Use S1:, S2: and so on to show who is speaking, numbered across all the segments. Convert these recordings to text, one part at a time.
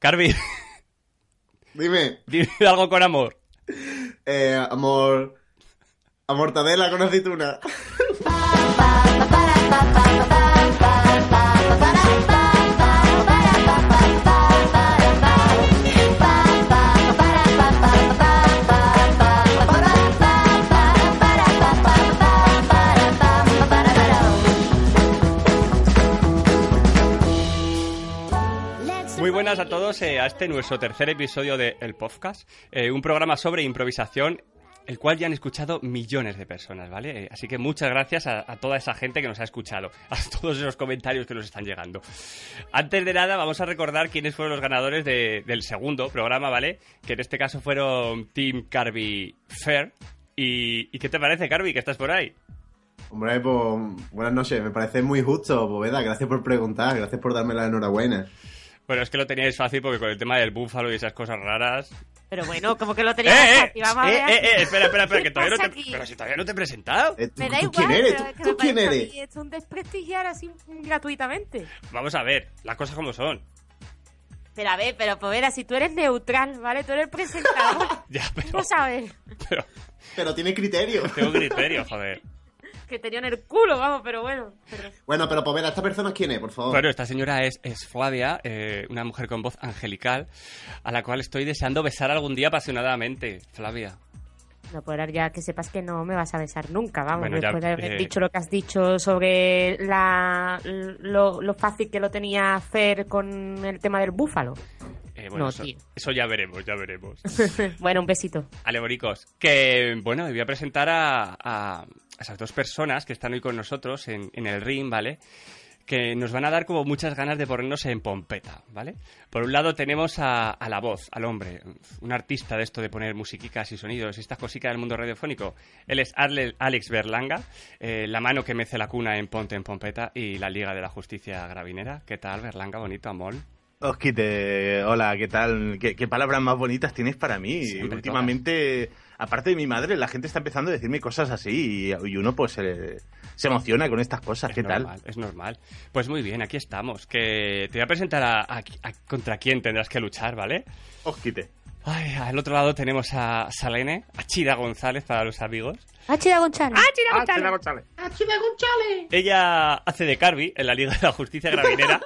S1: Carvi,
S2: Dime,
S1: dime algo con amor.
S2: eh, amor. A mortadela con aceituna.
S1: Muy buenas a todos eh, a este nuestro tercer episodio de El Podcast, eh, un programa sobre improvisación, el cual ya han escuchado millones de personas, ¿vale? Eh, así que muchas gracias a, a toda esa gente que nos ha escuchado, a todos esos comentarios que nos están llegando. Antes de nada, vamos a recordar quiénes fueron los ganadores de- del segundo programa, ¿vale? Que en este caso fueron Team Carby Fair. ¿Y, ¿y qué te parece, Carby, que estás por ahí?
S2: Hombre, pues buenas noches. Me parece muy justo, Poveda. Gracias por preguntar. Gracias por darme la enhorabuena.
S1: Bueno, es que lo teníais fácil porque con el tema del búfalo y esas cosas raras,
S3: Pero bueno, como que lo
S1: ¡Eh,
S3: tenía
S1: eh!
S3: fácil, vamos a
S1: eh,
S3: ver.
S1: eh, eh, espera, espera, espera, que
S3: ¿Qué
S1: todavía no
S3: pasa
S1: te...
S3: aquí?
S1: Pero si todavía no te he presentado.
S2: Eh, ¿tú,
S3: Me da
S2: tú
S3: igual,
S2: quién eres?
S3: pero es que
S2: ¿Tú,
S3: me
S2: tú quién
S3: parece a
S2: eres?
S3: mí esto un desprestigiar así gratuitamente.
S1: Vamos a ver, las cosas como son.
S3: Pero a ver, pero Povera, si tú eres neutral, ¿vale? Tú eres el presentador.
S1: Ya,
S3: Tú
S1: pero,
S3: lo sabes.
S1: pero
S2: Pero tiene criterio.
S1: tengo criterio, joder.
S3: Que tenía en el culo, vamos, pero bueno. Pero-
S2: Bueno, pero Poveda, ¿esta persona quién es, por favor?
S1: Bueno, esta señora es, es Flavia, eh, una mujer con voz angelical, a la cual estoy deseando besar algún día apasionadamente. Flavia.
S3: No, por ahora ya que sepas que no me vas a besar nunca, vamos,
S1: Bueno, ya,
S3: después de haber
S1: eh,
S3: dicho lo que has dicho sobre la, lo, lo fácil que lo tenía hacer con el tema del búfalo.
S1: Eh, bueno,
S3: No,
S1: eso,
S3: tío.
S1: eso ya veremos, ya veremos.
S3: bueno, un besito.
S1: Aleboricos, que bueno, voy a presentar a, a esas dos personas que están hoy con nosotros en, en el ring, ¿vale? Que nos van a dar como muchas ganas de ponernos en pompeta, ¿vale? Por un lado tenemos a, a la voz, al hombre, un artista de esto de poner musiquicas y sonidos y estas cositas del mundo radiofónico. Él es Arle- Alex Berlanga, eh, la mano que mece la cuna en Ponte en Pompeta y la Liga de la Justicia Gravinera. ¿Qué tal, Berlanga? Bonito, amor.
S4: Os quite, hola, ¿qué tal? ¿Qué, qué palabras más bonitas tienes para mí?
S1: Siempre
S4: Últimamente, aparte de mi madre, la gente está empezando a decirme cosas así y, y uno pues eh, se emociona con estas cosas,
S1: Es
S4: ¿qué
S1: normal, Es normal. Pues muy bien, aquí estamos. Que te voy a presentar a, a- a contra quién tendrás que luchar, ¿vale?
S4: tal? Os quite.
S1: Ay, al otro lado tenemos a Salene, a Chira González para los amigos.
S3: Achida González.
S1: Ella hace de Carby en la Liga de la Justicia Gravinera.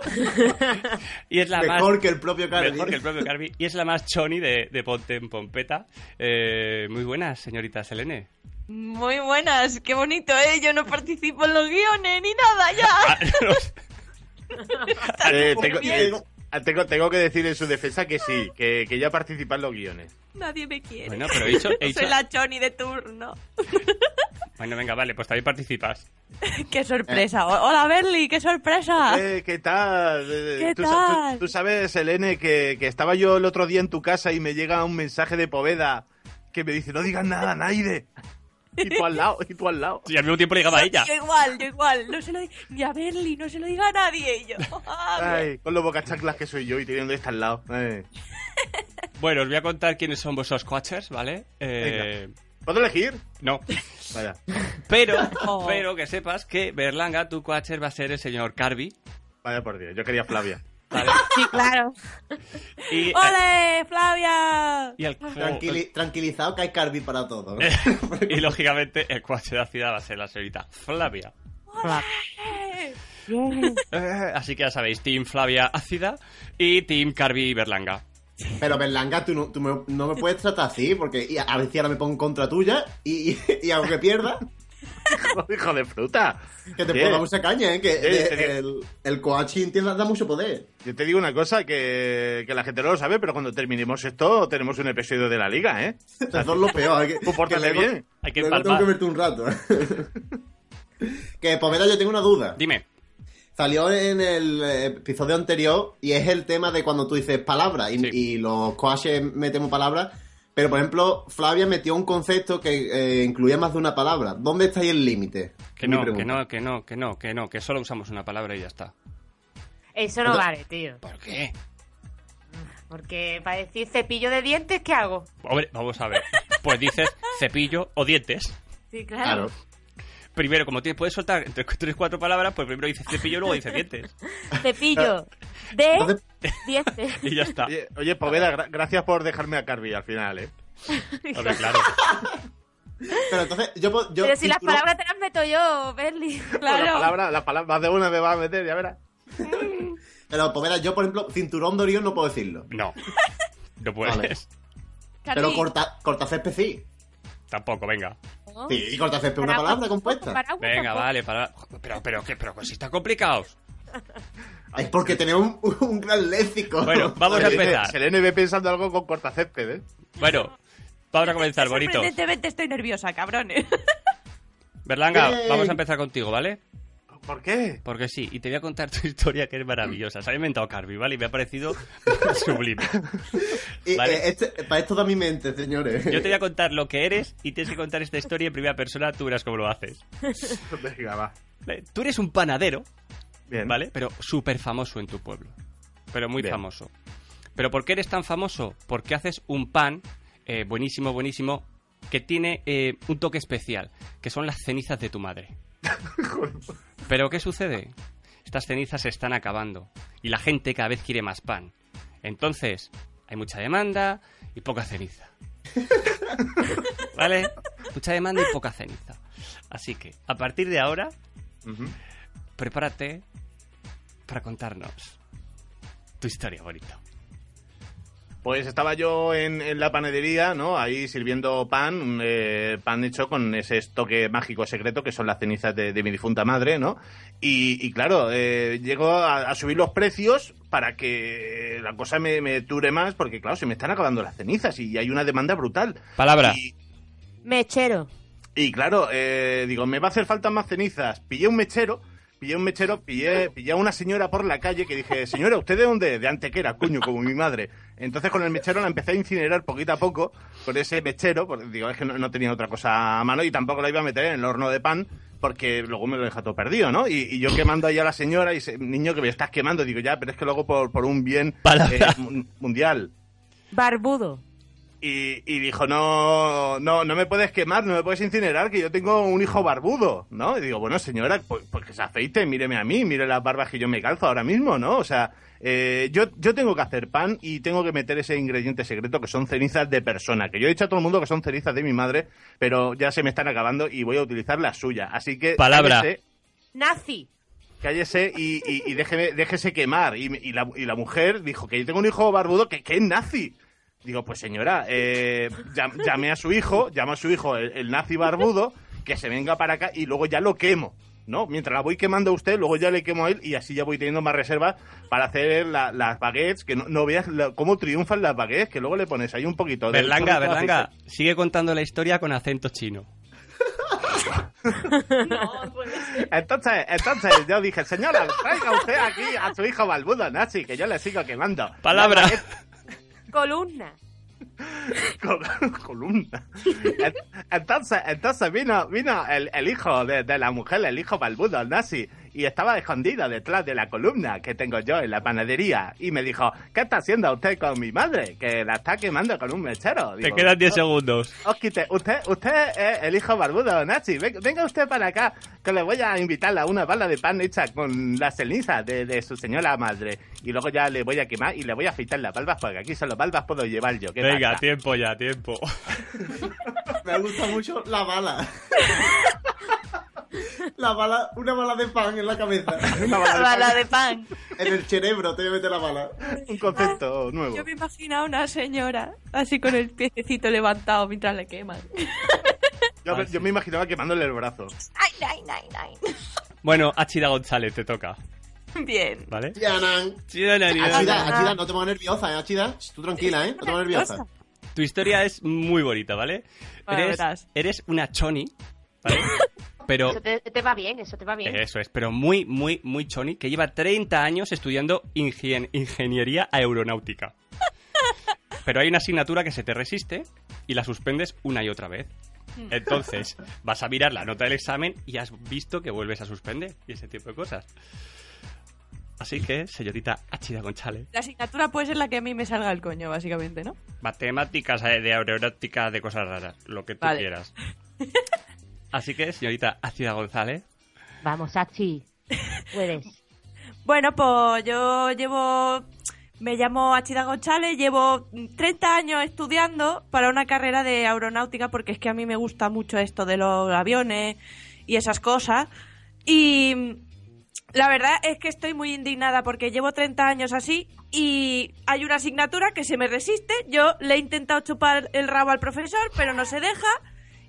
S1: y es la
S2: Mejor
S1: más...
S2: que el propio Cardi.
S1: Mejor que el propio Carby. Y es la más choni de, de Ponte en Pompeta. Eh, muy buenas, señorita Selene.
S5: Muy buenas, qué bonito, ¿eh? Yo no participo en los guiones ni nada, ya.
S1: Ah, no,
S4: Eh, tengo,
S2: bien.
S4: eh, tengo, tengo que decir en su defensa que sí, que, que ya participan los guiones.
S5: Nadie me quiere.
S1: bueno, pero he dicho... he dicho-
S5: Soy la Choni de turno.
S1: Bueno, venga, vale, pues también participas.
S5: ¡Qué sorpresa! O- Hola, Berly, qué sorpresa.
S4: Eh, ¿Qué tal? Eh,
S5: Ah. ¿Qué
S4: tú, sa- tú-
S5: tal?
S4: tú sabes, Elene, que, que estaba yo el otro día en tu casa y me llega un mensaje de Poveda que me dice, no digas nada, Naide. Y tú al lado, y tú al lado.
S1: Y al mismo tiempo le llegaba a ella.
S5: Yo igual, yo igual. No se lo di- ni a Berly, no se lo diga a nadie. Y yo, "Joder".
S4: Ay, con los bocachaclas que soy yo y teniendo esta al lado. eh.
S1: Bueno, os voy a contar quiénes son vuestros coaches, ¿vale? Eh,
S4: ¿Puedo elegir?
S1: no.
S4: Vaya.
S1: Pero,
S5: Oh.
S1: pero que sepas que Berlanga, tu coacher, va a ser el señor Carby.
S4: Vaya por Dios, yo quería Flavia.
S1: ¿vale?
S3: Sí, claro.
S1: Y, eh,
S5: ¡Ole, Flavia!
S1: y el-
S2: Tranquili- tranquilizado que hay Cardi para todo.
S1: y, lógicamente el coacher de la ciudad va a ser la señorita Flavia. Eh, Así que ya sabéis, Team Flavia Ácida y Team Carby Berlanga.
S2: Pero Berlanga, tú, no, tú me- no me puedes tratar así, porque y a, a ver si ahora me pongo en contra tuya y, y, y aunque pierda,
S4: Oh, Hijo de fruta.
S2: que te
S4: Oye,
S2: puedo dar mucha caña, ¿eh? Que
S4: Sí,
S2: de-
S4: te digo.
S2: el, el coaching tiene, da mucho poder.
S4: Yo te digo una cosa que, que la gente no lo sabe, pero cuando terminemos esto tenemos un episodio de la liga, ¿eh?
S2: Eso es lo peor. hay que-
S4: Tú pórtate
S2: que luego-
S4: bien.
S1: Hay que
S2: luego tengo
S1: palmar.
S2: pues, que verte un rato. que, Poveda, yo tengo una duda.
S1: Dime.
S2: Salió en el eh, episodio anterior y es el tema de cuando tú dices palabras y,
S1: Sí.
S2: y los coaches metemos palabras. Pero, por ejemplo, Flavia metió un concepto que eh, incluía más de una palabra. ¿Dónde está ahí el límite?
S1: Que
S2: Es mi
S1: no, que
S2: pregunta.
S1: no, que no, que no, que no, que solo usamos una palabra y ya está.
S3: Eso no vale, tío.
S1: ¿Por qué?
S3: Porque para decir cepillo de dientes, ¿qué hago?
S1: Hombre, vamos a ver. Pues dices cepillo o dientes.
S5: Sí,
S2: Claro.
S5: claro.
S1: Primero, como tienes, puedes soltar entre tres cuatro palabras, pues primero dices cepillo, luego dices dientes.
S3: Cepillo de
S2: Entonces-
S3: dientes.
S1: Y ya está.
S4: Oye, oye Poveda, gra- gracias por dejarme a Carby al final, ¿eh?
S1: Hombre, claro.
S2: Pero entonces, yo. po- yo
S3: Pero si las
S2: titulo-
S3: palabras te las meto yo, Berly.
S4: Pues La
S5: Claro.
S4: palabra, la palabra, más de una me va a meter, ya verás.
S2: Pero, Poveda, yo, por ejemplo, cinturón de Orión no puedo decirlo.
S1: No. No puedes.
S2: Vale.
S5: Carly,
S2: Pero corta, cortacésped sí.
S1: Tampoco, venga.
S3: Oh.
S2: Sí, y cortacésped una
S3: Paraguas
S2: palabra
S3: tampoco,
S2: compuesta.
S3: paraguas
S1: Venga,
S3: tampoco.
S1: vale, para... Pero, pero, ¿qué? Pero pues si está complicados.
S2: Es porque tenemos un, un gran léxico.
S1: Bueno, vamos a
S4: Selene-
S1: empezar.
S4: Selene ve pensando algo con cortacésped, ¿eh?
S1: Bueno, vamos a comenzar, bonito.
S5: Sorprendentemente estoy nerviosa, cabrones.
S1: Berlanga,
S2: Bien.
S1: vamos a empezar contigo, ¿vale?
S4: ¿Por qué?
S1: Porque sí, y te voy a contar tu historia que es maravillosa. Se ha inventado Carby, ¿vale? Y me ha parecido sublime.
S2: Y,
S1: Vale.
S2: eh, este- para esto da mi mente, señores.
S1: Yo te voy a contar lo que eres y tienes que contar esta historia en primera persona, tú verás cómo lo haces.
S4: Venga, va.
S1: Vale, Tú eres un panadero,
S4: Bien.
S1: ¿vale? Pero súper famoso en tu pueblo. Pero muy
S4: Bien.
S1: famoso. ¿Pero por qué eres tan famoso? Porque haces un pan eh, buenísimo, buenísimo, que tiene eh, un toque especial, que son las cenizas de tu madre. Pero ¿qué sucede? Estas cenizas se están acabando y la gente cada vez quiere más pan. Entonces, hay mucha demanda y poca ceniza. ¿Vale? Mucha demanda y poca ceniza. Así que, a partir de ahora,
S4: Ujú.
S1: prepárate para contarnos tu historia bonita.
S4: Pues estaba yo en, en la panadería, ¿no? Ahí sirviendo pan, un, eh, pan hecho con ese toque mágico secreto que son las cenizas de, de mi difunta madre, ¿no? Y, y claro, eh, llego a, a subir los precios para que la cosa me, me dure más, porque claro, se me están acabando las cenizas y hay una demanda brutal.
S1: Palabra.
S4: Y,
S3: Mechero.
S4: y claro, eh, digo, me va a hacer falta más cenizas. Pillé un mechero, pillé un mechero, pillé, pillé a una señora por la calle que dije, señora, ¿usted de dónde? es?". De Antequera, coño, como mi madre. Entonces con el mechero la empecé a incinerar poquito a poco, con ese mechero, porque digo, es que no, no tenía otra cosa a mano y tampoco la iba a meter en el horno de pan, porque luego me lo deja todo perdido, ¿no? Y, y yo quemando ahí a la señora y dice, niño, que me estás quemando. Digo, ya, pero es que lo hago por, por un bien
S1: Palabra.
S4: eh, mun- mundial.
S3: Barbudo.
S4: Y, y dijo, no, no, no me puedes quemar, no me puedes incinerar, que yo tengo un hijo barbudo, ¿no? Y digo, bueno, señora, pues, pues que se afeite, míreme a mí, mire las barbas que yo me calzo ahora mismo, ¿no? O sea, eh, yo, yo tengo que hacer pan y tengo que meter ese ingrediente secreto que son cenizas de persona, que yo he dicho a todo el mundo que son cenizas de mi madre, pero ya se me están acabando y voy a utilizar la suya. Así que...
S1: Palabra.
S4: cállese,
S3: Nazi.
S4: cállese y, y, y déjeme- déjese quemar. Y, me- y la, y la mujer dijo que yo tengo un hijo barbudo que, que es nazi. Digo, pues señora, eh, llam- llame a su hijo, llama a su hijo el, el nazi barbudo, que se venga para acá y luego ya lo quemo. ¿No? Mientras la voy quemando a usted, luego ya le quemo a él y así ya voy teniendo más reservas para hacer la- las baguettes, que no, no veas la- cómo triunfan las baguettes, que luego le pones ahí un poquito de...
S1: Berlanga,
S4: un poquito de
S1: Berlanga,
S4: aceite.
S1: sigue contando la historia con acento chino.
S4: Entonces, entonces yo dije, señora, traiga usted aquí a su hijo barbudo, nazi, que yo le sigo quemando.
S1: Palabra.
S4: Las baguettes-
S3: Columna.
S4: Col- columna. En- Entonces, entonces vino, vino el, el hijo de, de la mujer, el hijo balbudo, el nazi, y estaba escondido detrás de la columna que tengo yo en la panadería. Y me dijo, ¿qué está haciendo usted con mi madre? Que la está quemando con un mechero.
S1: Te
S4: Digo,
S1: quedan 10 segundos.
S4: os quite. Usted, usted es el hijo barbudo, Nachi. Ven- Venga usted para acá, que le voy a invitar a una bala de pan hecha con la ceniza de, de su señora madre. Y luego ya le voy a quemar y le voy a afeitar las balbas, porque aquí solo balbas puedo llevar yo. ¿Qué
S1: Venga,
S4: pasa?
S1: tiempo ya, tiempo.
S2: Me gusta mucho la bala. la bala, una bala de pan en la cabeza.
S4: Una bala de pan.
S5: Bala de pan.
S2: En el cerebro te voy a meter la bala.
S4: Un concepto nuevo.
S5: Yo me imagino a una señora así con el piececito levantado mientras le queman.
S4: Yo, yo me imaginaba quemándole el brazo.
S5: Ay, ay, ay, ay.
S1: Bueno, Achida González, te toca,
S5: Bien.
S1: ¿vale?
S2: Yanan.
S1: Achida, na, na, na.
S2: Achida, Achida, no te pongas nerviosa, eh, Achida. Shh, Tú tranquila, ¿eh? No te pongas nerviosa.
S1: Tu historia es muy bonita, ¿vale?
S5: Bueno,
S1: eres,
S5: verás.
S1: eres una choni, ¿vale? Pero
S6: Eso te, te va bien, eso te va bien.
S5: Eh.
S1: Eso es, pero muy, muy, muy choni, que lleva 30 años estudiando ingen- ingeniería aeronáutica. Pero hay una asignatura que se te resiste y la suspendes una y otra vez.
S5: Hmm.
S1: Entonces, vas a mirar la nota del examen y has visto que vuelves a suspender y ese tipo de cosas. Así que, señorita Achida Gonchale,
S5: La asignatura puede ser la que a mí me salga el coño, básicamente, ¿no?
S1: matemáticas eh, de aeronáutica, de cosas raras, lo que tú
S5: Vale.
S1: quieras. Así que, señorita Achida González,
S6: Vamos, Achi. Puedes.
S5: Bueno, pues yo llevo. Me llamo Achida González, llevo 30 años estudiando para una carrera de aeronáutica porque es que a mí me gusta mucho esto de los aviones y esas cosas. Y la verdad es que estoy muy indignada porque llevo 30 años así y hay una asignatura que se me resiste. Yo le he intentado chupar el rabo al profesor, pero no se deja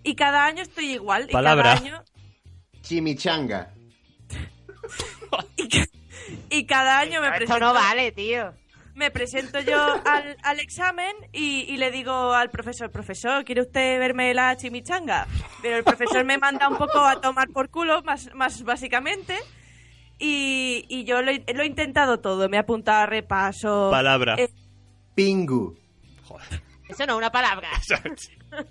S5: y cada año estoy igual. y cada
S1: Palabra.
S5: año-
S2: Chimichanga.
S5: Y, ca- y cada año me presento.
S6: Esto no vale, tío.
S5: me presento yo al, al examen y, y le digo al profesor, profesor, ¿quiere usted verme la chimichanga? Pero el profesor me manda un poco a tomar por culo, más, más básicamente. Y, y yo lo, he- lo he intentado todo, me he apuntado a repaso,
S1: palabra.
S5: Eh,
S2: Pingu.
S6: Eso no es una palabra.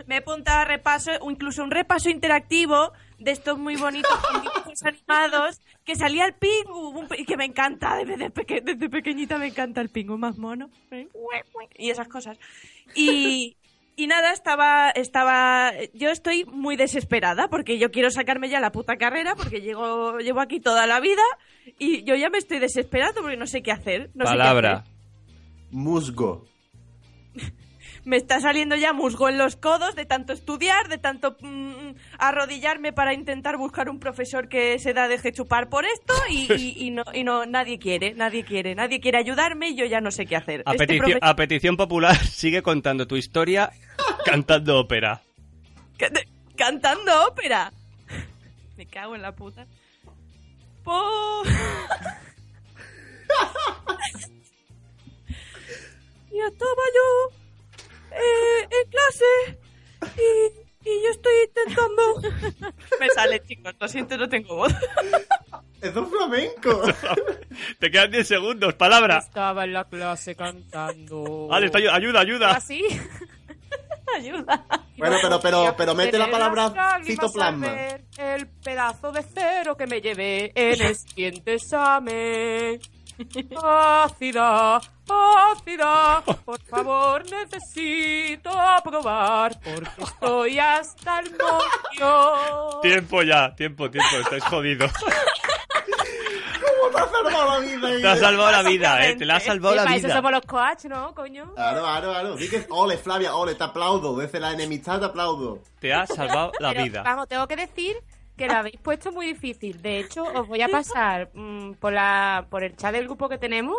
S5: me he apuntado a repaso, o incluso un repaso interactivo de estos muy bonitos con dibujos animados, que salía el pingu, un pe- que me encanta, desde, peque- desde pequeñita me encanta el pingu más mono, ¿eh? y esas cosas. Y, y nada, estaba, estaba, yo estoy muy desesperada porque yo quiero sacarme ya la puta carrera porque llego, llevo aquí toda la vida y yo ya me estoy desesperando porque no sé qué hacer. No sé qué hacer.
S1: palabra.
S2: Musgo.
S5: Me está saliendo ya musgo en los codos de tanto estudiar, de tanto mm, arrodillarme para intentar buscar un profesor que se da deje chupar por esto y, y- y no, y no- nadie quiere, nadie quiere, nadie quiere ayudarme y yo ya no sé qué hacer.
S1: A,
S5: Este
S1: petici-
S5: profe-
S1: a petición popular, sigue contando tu historia cantando ópera.
S5: Cant- cantando ópera. Me cago en la puta. Po- y estaba yo eh, en clase y, y yo estoy intentando... Me sale, chicos, lo siento, no tengo voz.
S2: Es un flamenco.
S1: Te quedan 10 segundos, palabra.
S7: Estaba en la clase cantando.
S1: Vale, está- ayuda, ayuda.
S7: Así.
S5: Ayuda.
S2: bueno, pero, pero, pero mete la
S7: Tener las
S2: palabra
S7: lágrimas
S2: citoplasma.
S7: al ver El pedazo de cero que me llevé en el siguiente examen. Ácida, ácida, por favor necesito aprobar porque estoy hasta el moño.
S1: Tiempo ya, tiempo, tiempo, estáis jodidos.
S2: ¿Cómo te has salvado la vida?
S1: Te ha salvado la vida, eh. Te la ha salvado
S7: Sí,
S1: la
S7: para eso
S1: vida.
S7: somos los coach, ¿no, coño?
S2: Claro, claro, claro. Di que- Ole, Flavia, ole, te aplaudo. Desde la enemistad te aplaudo.
S1: Te ha salvado la
S7: Pero,
S1: vida.
S7: Vamos, tengo que decir que lo habéis puesto muy difícil. De hecho, os voy a pasar mm, por, la, por el chat del grupo que tenemos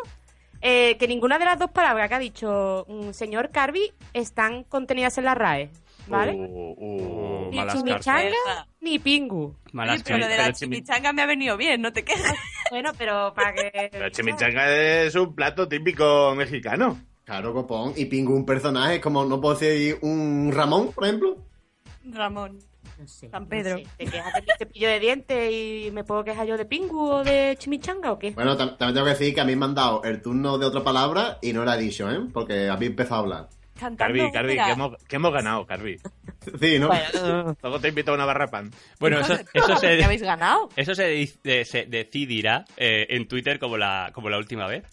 S7: eh, que ninguna de las dos palabras que ha dicho mm, señor Carby están contenidas en la RAE. ¿Vale?
S4: Oh, oh.
S1: malas
S7: ni chimichanga ni pingu.
S1: Malas
S5: Oye, pero lo de la
S1: cartas.
S5: chimichanga me ha venido bien, no te quejas.
S7: Bueno, pero para que.
S4: La chimichanga es un plato típico mexicano.
S2: Claro, copón. Y Pingu un personaje, como no puedo decir un Ramón, por ejemplo.
S5: Ramón.
S6: No sé,
S5: San
S6: no
S5: Pedro.
S6: sé. ¿Te quejas de mi cepillo de dientes y me puedo quejar yo de pingu o de chimichanga o qué?
S2: Bueno, tam- también tengo que decir que a mí me han dado el turno de otra palabra y no la he dicho, ¿eh? Porque habéis empezado a hablar.
S5: Cantando
S4: Carvi, Carvi,
S5: ópera.
S4: que hemos, que hemos ganado, Carvi.
S2: Sí, ¿no?
S4: Luego te invito a una barra pan.
S1: Bueno, eso, eso
S5: ¿Qué
S1: se,
S5: habéis ganado?
S1: eso se, di- eh, se decidirá eh, en Twitter como la, como la última vez.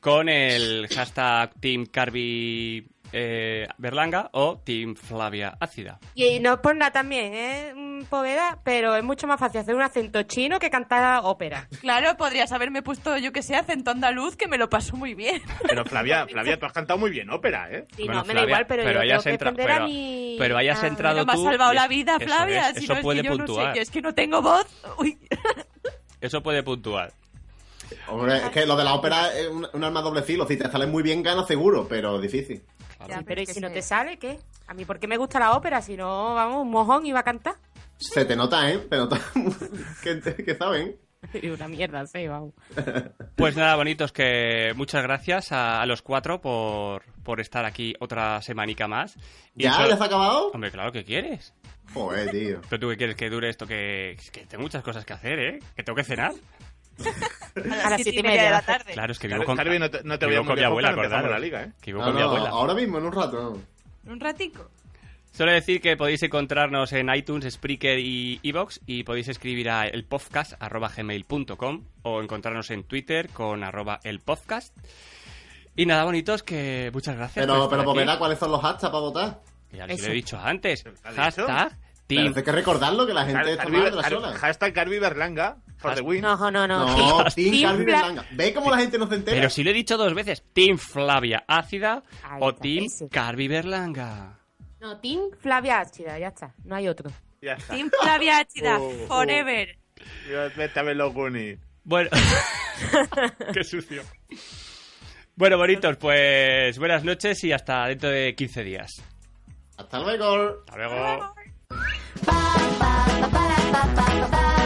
S1: Con el hashtag Team Carby eh, Berlanga o Team Flavia Ácida.
S7: Y no es por nada también, ¿eh? mm, Poveda, pero es mucho más fácil hacer un acento chino que cantar ópera.
S5: Claro, podrías haberme puesto, yo que sé, acento andaluz, que me lo paso muy bien.
S4: Pero Flavia, Flavia, tú has cantado muy bien ópera, ¿eh?
S7: Sí,
S1: Bueno,
S7: no, me da
S1: Flavia,
S7: igual, pero, yo
S1: hayas
S7: tengo que
S1: entra-
S7: defender
S1: pero,
S7: a mi... Ah,
S1: pero hayas
S7: a-
S1: entrado
S5: Pero me has
S1: tú
S5: salvado
S1: y
S5: la
S1: es-
S5: vida,
S1: eso
S5: Flavia.
S1: es,
S5: si
S1: eso
S5: no, es
S1: puede
S5: que yo no
S1: puntuar.
S5: sé, yo es que no tengo voz. Uy.
S1: Eso puede puntuar.
S2: Hombre, es que lo de la ópera es un, un arma doble filo. Si te sale muy bien, ganas seguro, pero difícil.
S1: Claro.
S7: Sí, pero ¿y si no
S5: sé.
S7: te sale qué? A mí, ¿por qué me gusta la ópera? Si no, vamos, un mojón iba a cantar.
S2: Se te nota, ¿eh? Te nota que, que saben.
S3: Y una mierda, sí, vamos.
S1: Pues nada, bonitos, que muchas gracias a, a los cuatro por, por estar aquí otra semanica más. Y
S2: ¿Ya?
S1: eso-
S2: ¿Ya se ha acabado?
S1: Hombre, claro que quieres.
S2: Joder, tío.
S1: Pero tú que quieres que dure esto, que, que tengo muchas cosas que hacer, ¿eh? Que tengo que cenar.
S5: A las siete y media de la tarde.
S1: Claro, es que vivo
S4: Claro,
S1: con,
S4: Carvi, no te, no te
S1: vivo
S4: voy a
S1: con mi abuela,
S4: empezamos
S1: acordaros.
S4: la liga, ¿eh?
S1: Que vivo
S2: No,
S1: con mi
S2: no,
S1: abuela.
S2: ahora mismo, en un rato. no.
S5: Un ratico.
S1: Solo decir que podéis encontrarnos en iTunes, Spreaker y Evox y podéis escribir a elpodcast.gmail.com o encontrarnos en Twitter con arroba elpodcast. Y nada, bonitos, que muchas gracias.
S2: Pero,
S1: por estar
S2: pero
S1: aquí.
S2: Poveda, ¿cuáles son los hashtags para votar?
S1: Ya os lo
S3: Eso.
S1: he dicho antes.
S4: ¿Lo has
S1: Hashtag
S2: Pero
S1: Team.
S2: hay que recordarlo que la gente está mal de la
S4: Car-
S2: sola.
S4: hashtag Carvi Berlanga for the win.
S3: No, no, no. no.
S2: No, Team
S3: Team
S2: Carmen
S3: Bla-
S2: Berlanga. ¿Ve cómo la gente no se entera?
S1: Pero si lo he dicho dos veces. Team Flavia Ácida
S3: Ahí
S1: o
S3: está,
S1: Team
S3: ese.
S1: Carvi Berlanga.
S3: No, Team Flavia Áchida, ya está. No hay otro.
S4: Ya está.
S5: Team Flavia Áchida,
S4: Oh, oh.
S5: forever.
S4: Yo- Vete a ver los Goonies.
S1: Bueno. Qué sucio. Bueno, bonitos, pues buenas noches y hasta dentro de 15 días.
S2: Hasta luego.
S1: Hasta luego.
S8: pa, pa, pa, pa, pa, pa, pa, pa.